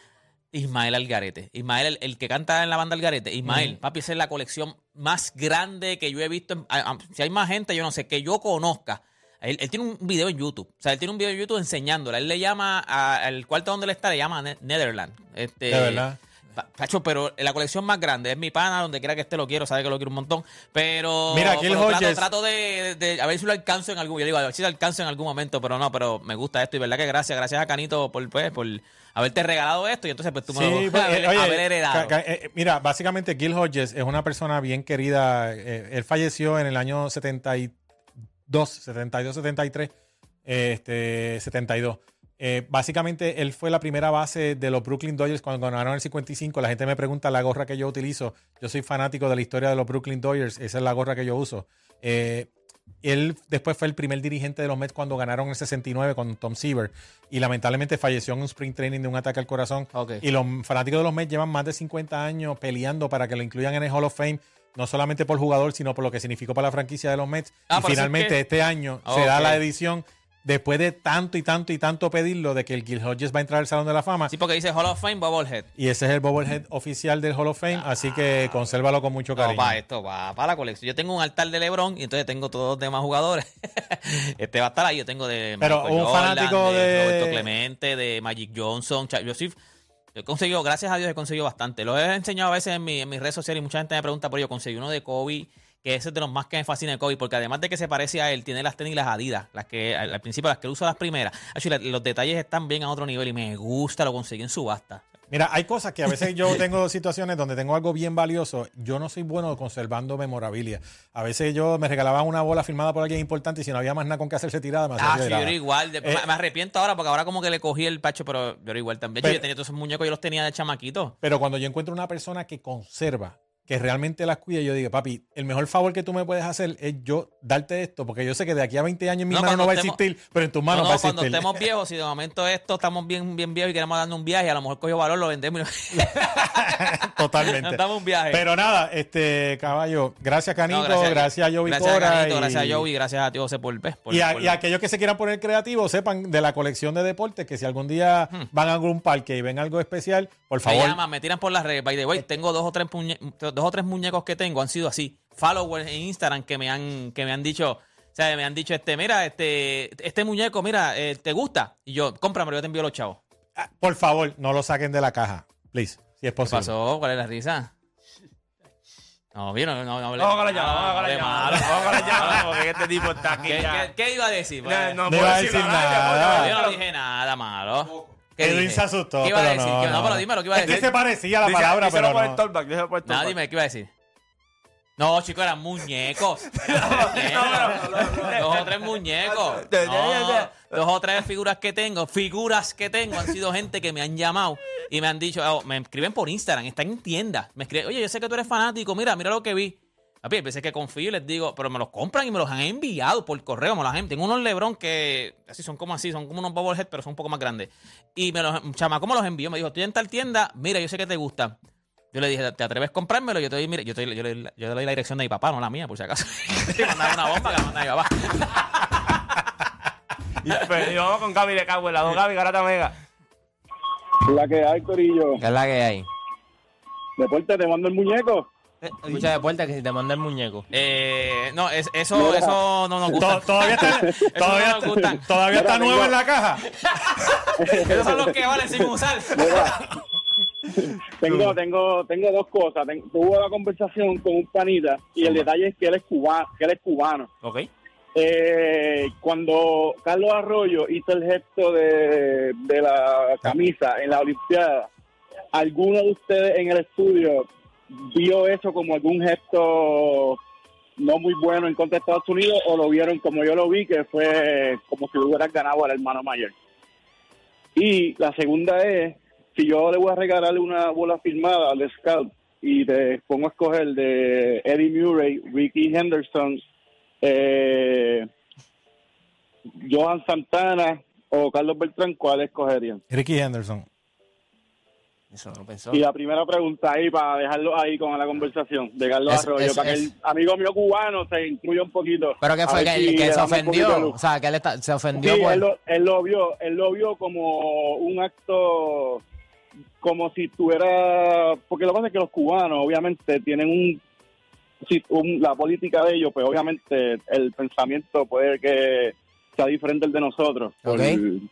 [SPEAKER 3] Ismael Algarete. Ismael, el, el que canta en la banda Algarete. Ismael, papi, esa es la colección más grande que yo he visto. en- a- a- si hay más gente, yo no sé, que yo conozca. Él, él tiene un video en YouTube. O sea, él tiene un video en YouTube enseñándola. Él le llama a- al cuarto donde él está, le llama Ne- Netherland. Este,
[SPEAKER 4] De verdad.
[SPEAKER 3] pa- Cacho, pero la colección más grande es mi pana, donde quiera que esté lo quiero, sabe que lo quiero un montón. Pero
[SPEAKER 4] Mira, aquí el
[SPEAKER 3] pero trato,
[SPEAKER 4] Hodges-
[SPEAKER 3] trato de, de- a ver si lo alcanzo en algún. Yo digo, a ver si lo alcanzo en algún momento, pero no, pero me gusta esto. Y verdad que gracias, gracias a Canito por, pues, por haberte regalado esto. Y entonces, pues tú me
[SPEAKER 4] Sí,
[SPEAKER 3] lo
[SPEAKER 4] pues,
[SPEAKER 3] haber,
[SPEAKER 4] eh, oye,
[SPEAKER 3] haber heredado.
[SPEAKER 4] ca- ca- eh, mira, básicamente Gil Hodges es una persona bien querida. Eh, él falleció en el año 72, 72, 73, eh, este, 72. Eh, básicamente él fue la primera base de los Brooklyn Dodgers cuando ganaron el 55. La gente me pregunta la gorra que yo utilizo. Yo soy fanático de la historia de los Brooklyn Dodgers. Esa es la gorra que yo uso. Eh, Él después fue el primer dirigente de los Mets cuando ganaron el 69 con Tom Seaver. Y lamentablemente falleció en un spring training de un ataque al corazón.
[SPEAKER 5] Ok.
[SPEAKER 4] Y los fanáticos de los Mets llevan más de 50 años peleando para que lo incluyan en el Hall of Fame. No solamente por jugador, sino por lo que significó para la franquicia de los Mets.
[SPEAKER 3] Ah,
[SPEAKER 4] y
[SPEAKER 3] por eso es
[SPEAKER 4] finalmente
[SPEAKER 3] que-
[SPEAKER 4] este año
[SPEAKER 3] Ok.
[SPEAKER 4] se da la edición después de tanto y tanto y tanto pedirlo de que el Gil Hodges va a entrar al Salón de la Fama.
[SPEAKER 3] Sí, porque dice Hall of Fame, Bobblehead.
[SPEAKER 4] Y ese es el bobblehead oficial del Hall of Fame, así que consérvalo con mucho
[SPEAKER 3] Ah. No,
[SPEAKER 4] cariño.
[SPEAKER 3] pa, esto va para la colección. Yo tengo un altar de LeBron y entonces tengo todos los demás jugadores. este va a estar ahí. Yo tengo de
[SPEAKER 4] Pero
[SPEAKER 3] Michael
[SPEAKER 4] un fanático de-
[SPEAKER 3] Roberto Clemente, de Magic Johnson, Chuck- yo sí- yo He conseguido, gracias a Dios, he conseguido bastante. Lo he enseñado a veces en, mi- en mis redes sociales y mucha gente me pregunta por ello. Conseguí uno de Kobe, que ese es de los más que me fascina de Kobe, porque además de que se parece a él, tiene las tenis las Adidas, las que al, al principio las que él usa las primeras. Actually, la- los detalles están bien a otro nivel y me gusta, lo conseguí en subasta.
[SPEAKER 4] Mira, hay cosas que a veces yo tengo situaciones donde tengo algo bien valioso. Yo no soy bueno conservando memorabilia. A veces yo me regalaban una bola firmada por alguien importante y si no había más nada con que hacerse tirada, me hacía
[SPEAKER 3] Ah, sí, yo
[SPEAKER 4] tirada.
[SPEAKER 3] era igual. De-
[SPEAKER 4] Eh,
[SPEAKER 3] me- me arrepiento ahora porque ahora como que le cogí el pacho, pero yo era igual también.
[SPEAKER 4] Pero-
[SPEAKER 3] yo tenía todos esos muñecos, yo los tenía de chamaquito.
[SPEAKER 4] Pero cuando yo encuentro una persona que conserva, que realmente las cuida, yo digo, papi, el mejor favor que tú me puedes hacer es yo darte esto, porque yo sé que de aquí a 20 años en mi
[SPEAKER 3] No,
[SPEAKER 4] mano no
[SPEAKER 3] cuando
[SPEAKER 4] va a
[SPEAKER 3] estemos-
[SPEAKER 4] existir, pero en tus manos
[SPEAKER 3] No, no,
[SPEAKER 4] va a
[SPEAKER 3] cuando
[SPEAKER 4] existir.
[SPEAKER 3] estemos viejos, si de momento esto estamos bien, bien viejos y queremos darnos un viaje, a lo mejor cogió valor, lo vendemos y nos-
[SPEAKER 4] Totalmente.
[SPEAKER 3] nos damos un viaje.
[SPEAKER 4] Pero nada, este caballo, gracias Canito,
[SPEAKER 3] No,
[SPEAKER 4] gracias, a Joey
[SPEAKER 3] gracias a
[SPEAKER 4] Cora
[SPEAKER 3] Canito,
[SPEAKER 4] y,
[SPEAKER 3] gracias a Joey, gracias a Tío José por, pues, por-
[SPEAKER 4] y, a-
[SPEAKER 3] por-
[SPEAKER 4] y a aquellos que se quieran poner creativos, sepan de la colección de deportes que si algún día van a algún parque y ven algo especial,
[SPEAKER 3] Hmm. me
[SPEAKER 4] por favor. Eh.
[SPEAKER 3] llaman, me tiran por las redes. By the way, tengo dos o tres puñe- dos o tres muñecos que tengo, han sido así, followers en Instagram que me han, que me han dicho, o sea, me han dicho, este, mira, este, este muñeco, mira, eh, ¿te gusta? Y yo, cómpramelo, yo te envío los chavos.
[SPEAKER 4] Ah, Por favor, no lo saquen de la caja, please, si
[SPEAKER 3] ¿Qué
[SPEAKER 4] es posible.
[SPEAKER 3] pasó? ¿Cuál es la risa? No, vieron, no, no, no hablé-
[SPEAKER 6] Vamos con la llama,
[SPEAKER 3] no,
[SPEAKER 6] vamos con la
[SPEAKER 3] hablé
[SPEAKER 6] llama.
[SPEAKER 3] malo.
[SPEAKER 6] Vamos con la llama, porque este tipo está aquí
[SPEAKER 3] ¿Qué,
[SPEAKER 6] ya.
[SPEAKER 3] qué- qué iba a decir?
[SPEAKER 6] No, no
[SPEAKER 4] No
[SPEAKER 6] puedo
[SPEAKER 4] iba a
[SPEAKER 6] decir
[SPEAKER 4] decir
[SPEAKER 6] nada.
[SPEAKER 4] nada.
[SPEAKER 3] yo no dije nada malo. ¿Qué
[SPEAKER 4] Edwin
[SPEAKER 3] dije?
[SPEAKER 4] se asustó.
[SPEAKER 3] ¿Qué iba a
[SPEAKER 4] pero
[SPEAKER 3] decir?
[SPEAKER 4] No,
[SPEAKER 3] ¿Qué- no, pero dime lo que iba a
[SPEAKER 4] Es que
[SPEAKER 3] decir.
[SPEAKER 4] se parecía la
[SPEAKER 6] Dice-
[SPEAKER 4] palabra,
[SPEAKER 6] díselo
[SPEAKER 4] pero
[SPEAKER 6] por
[SPEAKER 4] no.
[SPEAKER 6] el talkback, díselo por el
[SPEAKER 3] Nada,
[SPEAKER 6] talkback.
[SPEAKER 3] dime, ¿qué iba a decir? No, chico, eran muñecos.
[SPEAKER 6] no, no, no, no.
[SPEAKER 3] Dos o tres muñecos.
[SPEAKER 6] No, no, no.
[SPEAKER 3] No, dos o tres figuras que tengo. Figuras que tengo han sido gente que me han llamado y me han dicho, oh, me escriben por Instagram, están en tiendas. Me escriben, oye, yo sé que tú eres fanático, mira, mira lo que vi. Papi, hay veces que confío y les digo, pero me los compran y me los han enviado por correo, me los han Tengo unos Lebron que así son como así, son como unos bobblehead, pero son un poco más grandes. Y me los, chama, ¿cómo los envío? Me dijo, estoy en tal tienda, mira, yo sé que te gusta. Yo le dije, ¿te atreves a comprármelo? Yo te doy, mira, yo, te, doy- yo le, yo le doy la dirección de mi papá, no la mía, por si acaso. Te mandaba una bomba que la mandaba mi papá.
[SPEAKER 6] Y- pero- y vamos con Gaby de Cabo, la dos Gaby, Garata Mega.
[SPEAKER 7] La que hay, Corillo.
[SPEAKER 5] ¿Qué es la que hay?
[SPEAKER 7] Deporte, te mando el muñeco.
[SPEAKER 5] Escucha de puerta que si te manda el muñeco.
[SPEAKER 3] Eh, no, es- eso,
[SPEAKER 7] Mira.
[SPEAKER 3] eso no nos
[SPEAKER 4] To-
[SPEAKER 3] gusta.
[SPEAKER 4] Todavía está, todavía
[SPEAKER 3] no nos gustan.
[SPEAKER 4] está, todavía está
[SPEAKER 7] Mira,
[SPEAKER 4] nuevo
[SPEAKER 7] tengo-
[SPEAKER 4] en la caja.
[SPEAKER 3] Esos son los que valen sin usar.
[SPEAKER 7] Tengo, tengo, tengo dos cosas. Ten- tuve una conversación con un panita y el detalle es que él es cubano. Que él es cubano.
[SPEAKER 6] Ok.
[SPEAKER 7] Eh, cuando Carlos Arroyo hizo el gesto de, de la camisa en la Olimpiada, ¿alguno de ustedes en el estudio vio eso como algún gesto no muy bueno en contra de Estados Unidos o lo vieron como yo lo vi, que fue como si hubieran ganado al hermano mayor? Y la segunda es, si yo le voy a regalarle una bola firmada al scout y te pongo a escoger de Eddie Murray, Ricky Henderson, eh, Johan Santana o Carlos Beltrán, ¿cuál escogerían?
[SPEAKER 4] Ricky Henderson.
[SPEAKER 5] Eso no lo pensó.
[SPEAKER 7] Y la primera pregunta ahí, para dejarlo ahí con la conversación de Carlos
[SPEAKER 5] Es-
[SPEAKER 7] Arroyo,
[SPEAKER 5] es-
[SPEAKER 7] para que
[SPEAKER 5] es-
[SPEAKER 7] el amigo mío cubano se incluya un poquito.
[SPEAKER 5] Pero que
[SPEAKER 7] A
[SPEAKER 5] fue
[SPEAKER 7] ver
[SPEAKER 5] que,
[SPEAKER 7] si
[SPEAKER 5] él- que
[SPEAKER 7] le
[SPEAKER 5] se
[SPEAKER 7] damos un poquito de
[SPEAKER 5] ofendió.
[SPEAKER 7] luz.
[SPEAKER 5] O sea, que él está- se
[SPEAKER 7] Sí,
[SPEAKER 5] ofendió. por-
[SPEAKER 7] él lo, él lo vio, él lo vio como un acto, como si tuviera, porque lo que pasa es que los cubanos obviamente tienen un, si- un- la política de ellos, pues obviamente el pensamiento puede que sea diferente al de nosotros por
[SPEAKER 5] Ok.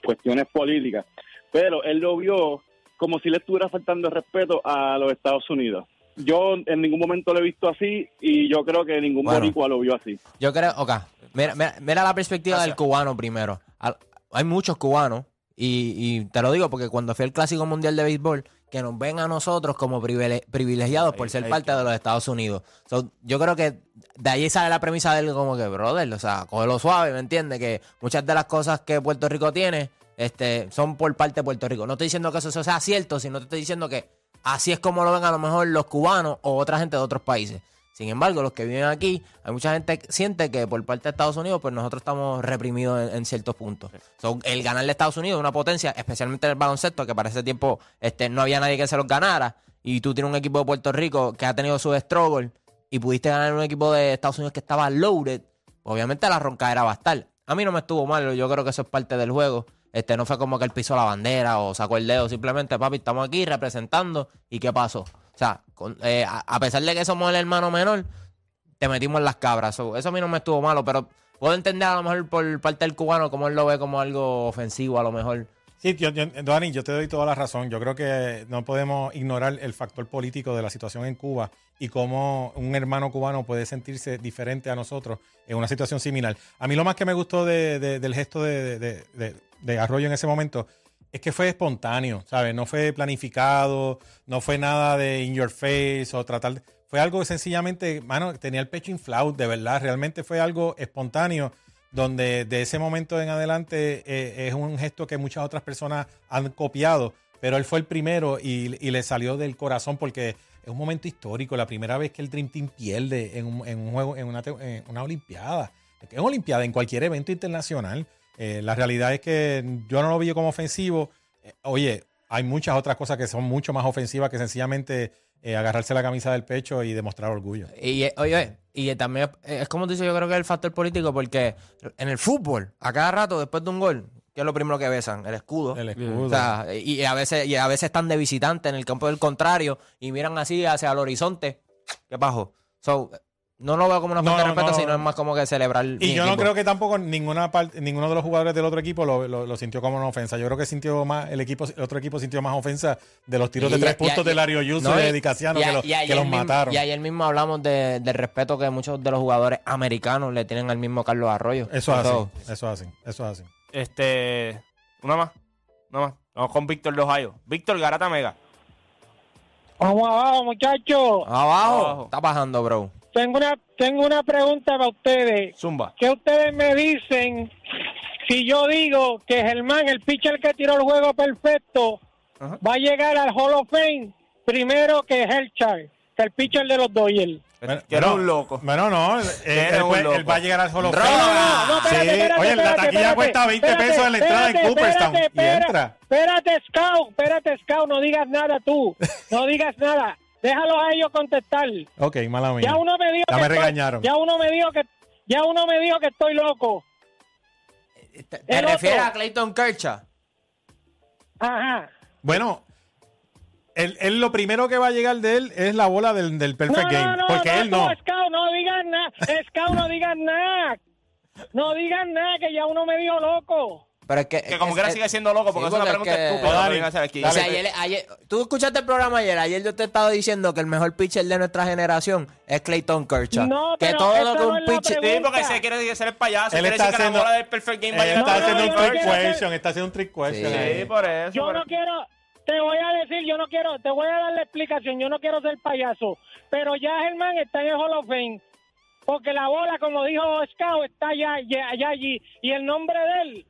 [SPEAKER 7] cuestiones políticas, pero él lo vio como si le estuviera faltando el respeto a los Estados Unidos. Yo en ningún momento lo he visto así y yo creo que ningún
[SPEAKER 5] Bueno.
[SPEAKER 7] boricua lo vio así.
[SPEAKER 5] Yo creo, ok, mira, mira, mira la perspectiva del cubano primero. Al- hay muchos cubanos, y, y te lo digo porque cuando fue el Clásico Mundial de Béisbol, que nos ven a nosotros como privile- privilegiados por
[SPEAKER 6] Ahí-
[SPEAKER 5] ser
[SPEAKER 6] ahí
[SPEAKER 5] parte de los Estados Unidos. So, yo creo que de ahí sale la premisa del como que, brother, o sea, cógelo suave, ¿me entiendes? Que muchas de las cosas que Puerto Rico tiene este, son por parte de Puerto Rico. No estoy diciendo que eso, eso sea cierto, sino te estoy diciendo que así es como lo ven a lo mejor los cubanos o otra gente de otros países.
[SPEAKER 3] Sin embargo, los que viven aquí, hay mucha gente que siente que por parte de Estados Unidos, pues nosotros estamos reprimidos en, en ciertos puntos. So, el ganarle a Estados Unidos es una potencia, especialmente en el baloncesto, que para ese tiempo este, no había nadie que se los ganara. Y tú tienes un equipo de Puerto Rico que ha tenido su struggle y pudiste ganar un equipo de Estados Unidos que estaba loaded. Obviamente la roncadera va a estar. A mí no me estuvo mal, yo creo que eso es parte del juego. Este, no fue como que él pisó la bandera o sacó el dedo, simplemente, papi, estamos aquí representando. ¿Y qué pasó? O sea, con- eh, a, a pesar de que somos el hermano menor, te metimos en las cabras. So, eso a mí no me estuvo malo, pero puedo entender a lo mejor por parte del cubano cómo él lo ve como algo ofensivo, a lo mejor.
[SPEAKER 4] Sí, yo, yo- Dani, yo te doy toda la razón. Yo creo que no podemos ignorar el factor político de la situación en Cuba y cómo un hermano cubano puede sentirse diferente a nosotros en una situación similar. A mí lo más que me gustó de- de- del gesto de, de- de- de Arroyo en ese momento es que fue espontáneo, ¿sabes? No fue planificado, no fue nada de in your face o tratar... de- Fue algo que sencillamente, mano, tenía el pecho inflado, de verdad. Realmente fue algo espontáneo donde de ese momento en adelante eh, es un gesto que muchas otras personas han copiado, pero él fue el primero y, y le salió del corazón porque es un momento histórico, la primera vez que el Dream Team pierde en un, en un juego, en una, te- en una Olimpiada, en una Olimpiada, en cualquier evento internacional. Eh, la realidad es que yo no lo vi como ofensivo. Eh, oye, hay muchas otras cosas que son mucho más ofensivas que sencillamente eh, agarrarse la camisa del pecho y demostrar orgullo.
[SPEAKER 3] Y eh, oye, y eh, también eh, es como tú dices, yo creo que es el factor político, porque en el fútbol, a cada rato, después de un gol, ¿qué es lo primero que besan? El escudo.
[SPEAKER 4] El escudo.
[SPEAKER 3] O sea, y y a veces, y a veces están de visitante en el campo del contrario y miran así hacia el horizonte. ¿Qué bajo? So, no lo veo como una
[SPEAKER 4] No,
[SPEAKER 3] falta de
[SPEAKER 4] no,
[SPEAKER 3] respeto,
[SPEAKER 4] no.
[SPEAKER 3] sino es más como que celebrar.
[SPEAKER 4] Y yo no creo que tampoco ninguna parte, ninguno de los jugadores del otro equipo lo, lo- lo sintió como una ofensa. Yo creo que sintió más, el equipo, el otro equipo sintió más ofensa de los tiros de tres puntos de Lario Yuso y de Dicasiano que, los- que los mataron.
[SPEAKER 3] Y ayer mismo hablamos de- del respeto que muchos de los jugadores americanos le tienen al mismo Carlos Arroyo.
[SPEAKER 4] Eso
[SPEAKER 3] So,
[SPEAKER 4] hacen, eso hacen, eso hacen.
[SPEAKER 6] Este, una más, una más. Vamos con Víctor de Ohio. Víctor Garata Mega.
[SPEAKER 7] Vamos abajo, muchachos.
[SPEAKER 3] Abajo,
[SPEAKER 6] Abajo.
[SPEAKER 3] está bajando, bro.
[SPEAKER 7] Tengo una, tengo una pregunta para ustedes.
[SPEAKER 6] Zumba.
[SPEAKER 7] ¿Qué ustedes me dicen si yo digo que Germán, el pitcher que tiró el juego perfecto,
[SPEAKER 6] Ajá.
[SPEAKER 7] va a llegar al Hall of Fame primero que Herchard, que el pitcher de los Dodgers?
[SPEAKER 4] Bueno,
[SPEAKER 6] que
[SPEAKER 4] no,
[SPEAKER 6] era Este, un loco.
[SPEAKER 4] Bueno, no, eh, él,
[SPEAKER 6] Era
[SPEAKER 4] él
[SPEAKER 6] un
[SPEAKER 4] puede- él
[SPEAKER 6] loco.
[SPEAKER 4] va a llegar al Hall of
[SPEAKER 3] ¡Droga!
[SPEAKER 4] Fame.
[SPEAKER 3] No, no,
[SPEAKER 4] Sí, oye, la taquilla cuesta 20 pesos en la entrada en Cooperstown y entra.
[SPEAKER 7] Espérate, Scout, espérate, Scout, no digas nada tú, no digas nada. Déjalos a ellos contestar.
[SPEAKER 4] Ok, mala mía.
[SPEAKER 7] Ya uno me dijo
[SPEAKER 4] Ya me
[SPEAKER 7] que estoy-
[SPEAKER 4] regañaron.
[SPEAKER 7] ya uno me dijo que ya uno me dijo que estoy loco.
[SPEAKER 3] ¿Te, te
[SPEAKER 7] El otro.
[SPEAKER 3] refieres a Clayton Kershaw?
[SPEAKER 7] Ajá.
[SPEAKER 4] Bueno, él, él lo primero que va a llegar de él es la bola del, del Perfect Game. porque él no.
[SPEAKER 7] tú, Scout, no digas nada. Scout, no digas nada. No digas nada, que ya uno me dijo loco.
[SPEAKER 3] Pero es que,
[SPEAKER 6] Que como
[SPEAKER 3] es-
[SPEAKER 6] quiera
[SPEAKER 3] es-
[SPEAKER 6] sigue siendo loco porque
[SPEAKER 3] Sí,
[SPEAKER 6] es una
[SPEAKER 3] porque
[SPEAKER 6] pregunta
[SPEAKER 3] es que-
[SPEAKER 6] estúpida.
[SPEAKER 4] Dale,
[SPEAKER 6] no vengan a hacer aquí.
[SPEAKER 3] O sea, ayer, ayer- tú escuchaste el programa ayer. Ayer yo te estaba diciendo que el mejor pitcher de nuestra generación es Clayton Kershaw.
[SPEAKER 7] No,
[SPEAKER 3] que
[SPEAKER 7] pero
[SPEAKER 3] todo
[SPEAKER 7] esa
[SPEAKER 3] lo que
[SPEAKER 7] no
[SPEAKER 3] un
[SPEAKER 7] es la
[SPEAKER 3] pitcher.
[SPEAKER 6] Sí, porque se quiere ser el payaso.
[SPEAKER 4] Él
[SPEAKER 6] quiere
[SPEAKER 4] está
[SPEAKER 6] decir que la
[SPEAKER 4] haciendo-
[SPEAKER 6] bola del Perfect Game
[SPEAKER 4] Él
[SPEAKER 6] va a llegar
[SPEAKER 4] Eh, está
[SPEAKER 7] No,
[SPEAKER 6] tarde.
[SPEAKER 4] haciendo
[SPEAKER 7] no,
[SPEAKER 4] un
[SPEAKER 7] yo no
[SPEAKER 4] trick
[SPEAKER 7] quiero hacer-
[SPEAKER 4] question, está haciendo un trick question.
[SPEAKER 3] Sí. pues,
[SPEAKER 6] Sí, por eso.
[SPEAKER 7] Yo
[SPEAKER 6] por
[SPEAKER 7] no
[SPEAKER 6] eso.
[SPEAKER 7] quiero, te voy a decir, yo no quiero, te voy a dar la explicación, yo no quiero ser payaso. Pero ya Germán está en el Hall of Fame. Porque la bola, como dijo Scout, está ya, ya, ya allí. Y el nombre de él,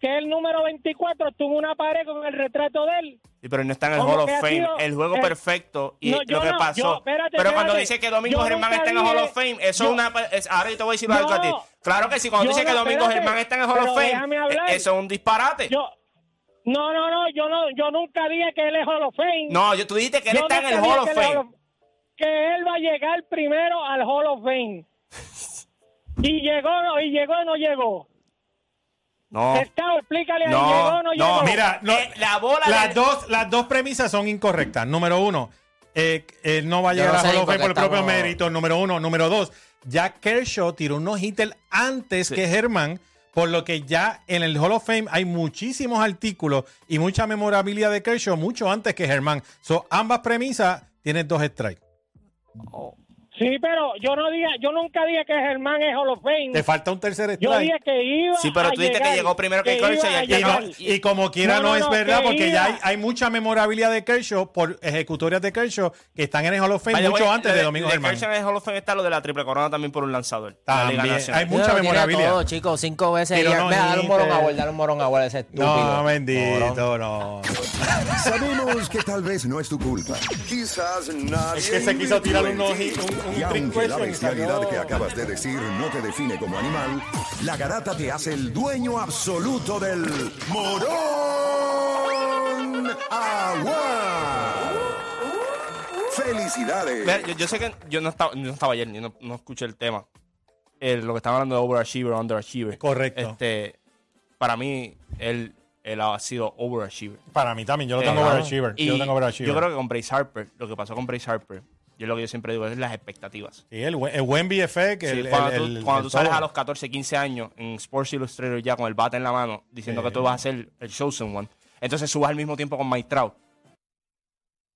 [SPEAKER 7] que es el número 24, estuvo en una pared con el retrato de él.
[SPEAKER 6] Sí, pero no está en el
[SPEAKER 7] Como
[SPEAKER 6] Hall of
[SPEAKER 7] que ha
[SPEAKER 6] Fame.
[SPEAKER 7] sido
[SPEAKER 6] El juego
[SPEAKER 7] el-
[SPEAKER 6] perfecto y
[SPEAKER 7] No, yo
[SPEAKER 6] lo que
[SPEAKER 7] no,
[SPEAKER 6] pasó.
[SPEAKER 7] yo- espérate,
[SPEAKER 6] pero cuando
[SPEAKER 7] espérate.
[SPEAKER 6] dice que Domingo
[SPEAKER 7] Yo
[SPEAKER 6] Germán
[SPEAKER 7] nunca
[SPEAKER 6] está en el Hall
[SPEAKER 7] dije-
[SPEAKER 6] of Fame, eso
[SPEAKER 7] yo-
[SPEAKER 6] es una. es- ahora yo te voy a decir algo
[SPEAKER 7] No,
[SPEAKER 6] a ti. Claro que sí, cuando
[SPEAKER 7] yo
[SPEAKER 6] dice que
[SPEAKER 7] no,
[SPEAKER 6] Domingo
[SPEAKER 7] espérate,
[SPEAKER 6] Germán está en el Hall
[SPEAKER 7] pero
[SPEAKER 6] of Fame,
[SPEAKER 7] déjame hablar.
[SPEAKER 6] eh, eso es un disparate.
[SPEAKER 7] Yo, no, no, no, yo no, yo nunca dije que él es Hall of Fame.
[SPEAKER 6] no, yo, tú dijiste que él
[SPEAKER 7] Yo
[SPEAKER 6] está en el
[SPEAKER 7] nunca dije
[SPEAKER 6] Hall of
[SPEAKER 7] que él es
[SPEAKER 6] Fame.
[SPEAKER 7] Que él va a llegar primero al Hall of Fame. Y llegó, no, y llegó, no llegó.
[SPEAKER 6] No.
[SPEAKER 7] Estado, explícale ahí,
[SPEAKER 6] No,
[SPEAKER 7] llegó, no,
[SPEAKER 6] no,
[SPEAKER 7] llegó.
[SPEAKER 4] Mira, no-
[SPEAKER 6] Eh, la bola
[SPEAKER 4] las,
[SPEAKER 6] del-
[SPEAKER 4] dos, las dos premisas son incorrectas. Número uno, eh, él no va a
[SPEAKER 3] Yo
[SPEAKER 4] llegar
[SPEAKER 3] no
[SPEAKER 4] a
[SPEAKER 3] sé
[SPEAKER 4] Hall
[SPEAKER 3] ni
[SPEAKER 4] of
[SPEAKER 3] por
[SPEAKER 4] Fame
[SPEAKER 3] qué
[SPEAKER 4] por el propio
[SPEAKER 3] estamos-
[SPEAKER 4] mérito. Número uno. Número dos, ya Kershaw tiró unos hitters antes que Germán, por lo que ya en el Hall of Fame hay muchísimos artículos y mucha memorabilidad de Kershaw mucho antes que Germán. So, ambas premisas tienen dos strikes.
[SPEAKER 7] Sí, pero yo no dije, yo nunca dije que Germán es Hall of Fame.
[SPEAKER 4] Te falta un tercer strike.
[SPEAKER 7] Yo dije que iba
[SPEAKER 6] Sí, pero
[SPEAKER 7] a
[SPEAKER 6] tú dijiste que
[SPEAKER 7] llegar,
[SPEAKER 6] llegó primero que
[SPEAKER 7] iba
[SPEAKER 6] Kershaw y
[SPEAKER 7] a
[SPEAKER 6] aquí
[SPEAKER 4] Y, no-
[SPEAKER 7] llegar.
[SPEAKER 4] y como quiera no,
[SPEAKER 7] No, no,
[SPEAKER 4] es
[SPEAKER 7] no,
[SPEAKER 4] verdad,
[SPEAKER 7] que
[SPEAKER 4] porque
[SPEAKER 7] iba.
[SPEAKER 4] ya hay, hay mucha memorabilidad de Kershaw por ejecutorias de Kershaw que están en el Hall of Fame
[SPEAKER 6] Vaya,
[SPEAKER 4] mucho
[SPEAKER 6] güey,
[SPEAKER 4] antes de, Domingo Germán.
[SPEAKER 6] Kershaw en el Hall of Fame está lo de la triple corona también por un lanzador. la Liga
[SPEAKER 4] También.
[SPEAKER 6] Nacional.
[SPEAKER 4] Hay mucha
[SPEAKER 3] Yo lo tiré
[SPEAKER 4] memorabilidad.
[SPEAKER 3] todo, chicos, cinco veces.
[SPEAKER 4] Pero
[SPEAKER 3] y-
[SPEAKER 4] no,
[SPEAKER 3] Mira, dale un morón
[SPEAKER 4] ni
[SPEAKER 3] a
[SPEAKER 4] te-
[SPEAKER 3] Wall, dale un morón a Wall, ese estúpido.
[SPEAKER 4] No,
[SPEAKER 3] Morón.
[SPEAKER 4] bendito, no.
[SPEAKER 2] Sabemos que tal vez no es tu culpa. Quizás nadie.
[SPEAKER 4] Es que se quiso
[SPEAKER 2] invirtió
[SPEAKER 4] tirar
[SPEAKER 2] en
[SPEAKER 4] un, oji-
[SPEAKER 2] ti.
[SPEAKER 4] un, un
[SPEAKER 2] Y
[SPEAKER 4] trick
[SPEAKER 2] aunque la
[SPEAKER 4] question y
[SPEAKER 2] bestialidad
[SPEAKER 4] salió-
[SPEAKER 2] que acabas de decir no te define como animal, la garata te hace el dueño absoluto del morón agua.
[SPEAKER 6] Ve,
[SPEAKER 2] Felicidades.
[SPEAKER 6] Yo, yo sé que yo no estaba, yo no estaba ayer, yo no, no escuché el tema. El- lo que estaba hablando de overachiever, underachiever.
[SPEAKER 4] Correcto.
[SPEAKER 6] Este, para mí, él, él ha sido overachiever.
[SPEAKER 4] Para mí también, yo lo
[SPEAKER 6] Eh,
[SPEAKER 4] tengo
[SPEAKER 6] claro.
[SPEAKER 4] overachiever.
[SPEAKER 6] Y
[SPEAKER 4] Yo lo tengo overachiever.
[SPEAKER 6] yo creo que con Bryce Harper, lo que pasó con Bryce Harper, yo lo que yo siempre digo es las expectativas.
[SPEAKER 4] Sí, el, buen- el buen BFX.
[SPEAKER 6] Sí,
[SPEAKER 4] el-
[SPEAKER 6] cuando
[SPEAKER 4] el-
[SPEAKER 6] tú,
[SPEAKER 4] el-
[SPEAKER 6] cuando
[SPEAKER 4] el
[SPEAKER 6] tú sales
[SPEAKER 4] todo.
[SPEAKER 6] a los 14, 15 años en Sports Illustrated ya con el bate en la mano, diciendo
[SPEAKER 4] Sí.
[SPEAKER 6] que tú vas a ser el chosen one, entonces subas al mismo tiempo con Mike Trout.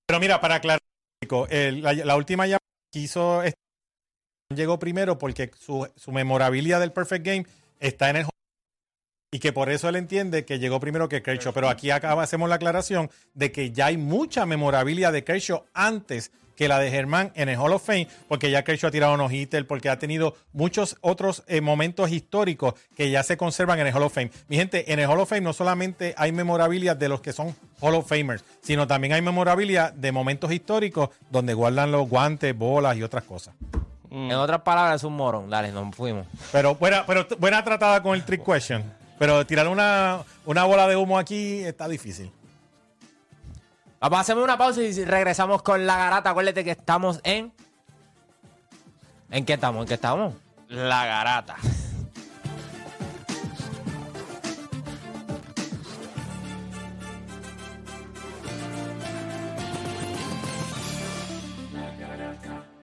[SPEAKER 4] Pero mira, para aclarar, chico, el- la, la última llamada que hizo este- llegó primero porque su, su memorabilia del Perfect Game está en el y que por eso él entiende que llegó primero que Kershaw. Pero aquí acaba, hacemos la aclaración de que ya hay mucha memorabilia de Kershaw antes que la de Germán en el Hall of Fame, porque ya Kershaw ha tirado no hitter, porque ha tenido muchos otros eh, momentos históricos que ya se conservan en el Hall of Fame. Mi gente, en el Hall of Fame no solamente hay memorabilia de los que son Hall of Famers, sino también hay memorabilia de momentos históricos donde guardan los guantes, bolas y otras cosas.
[SPEAKER 5] En otras palabras, es un morón. Dale, nos fuimos.
[SPEAKER 4] Pero buena, pero t- buena tratada con el trick question. Pero tirar una, una bola de humo aquí está difícil.
[SPEAKER 5] Vamos a hacer una pausa y regresamos con la garata. Acuérdate que estamos en. ¿En qué estamos? ¿En qué estamos?
[SPEAKER 6] La garata.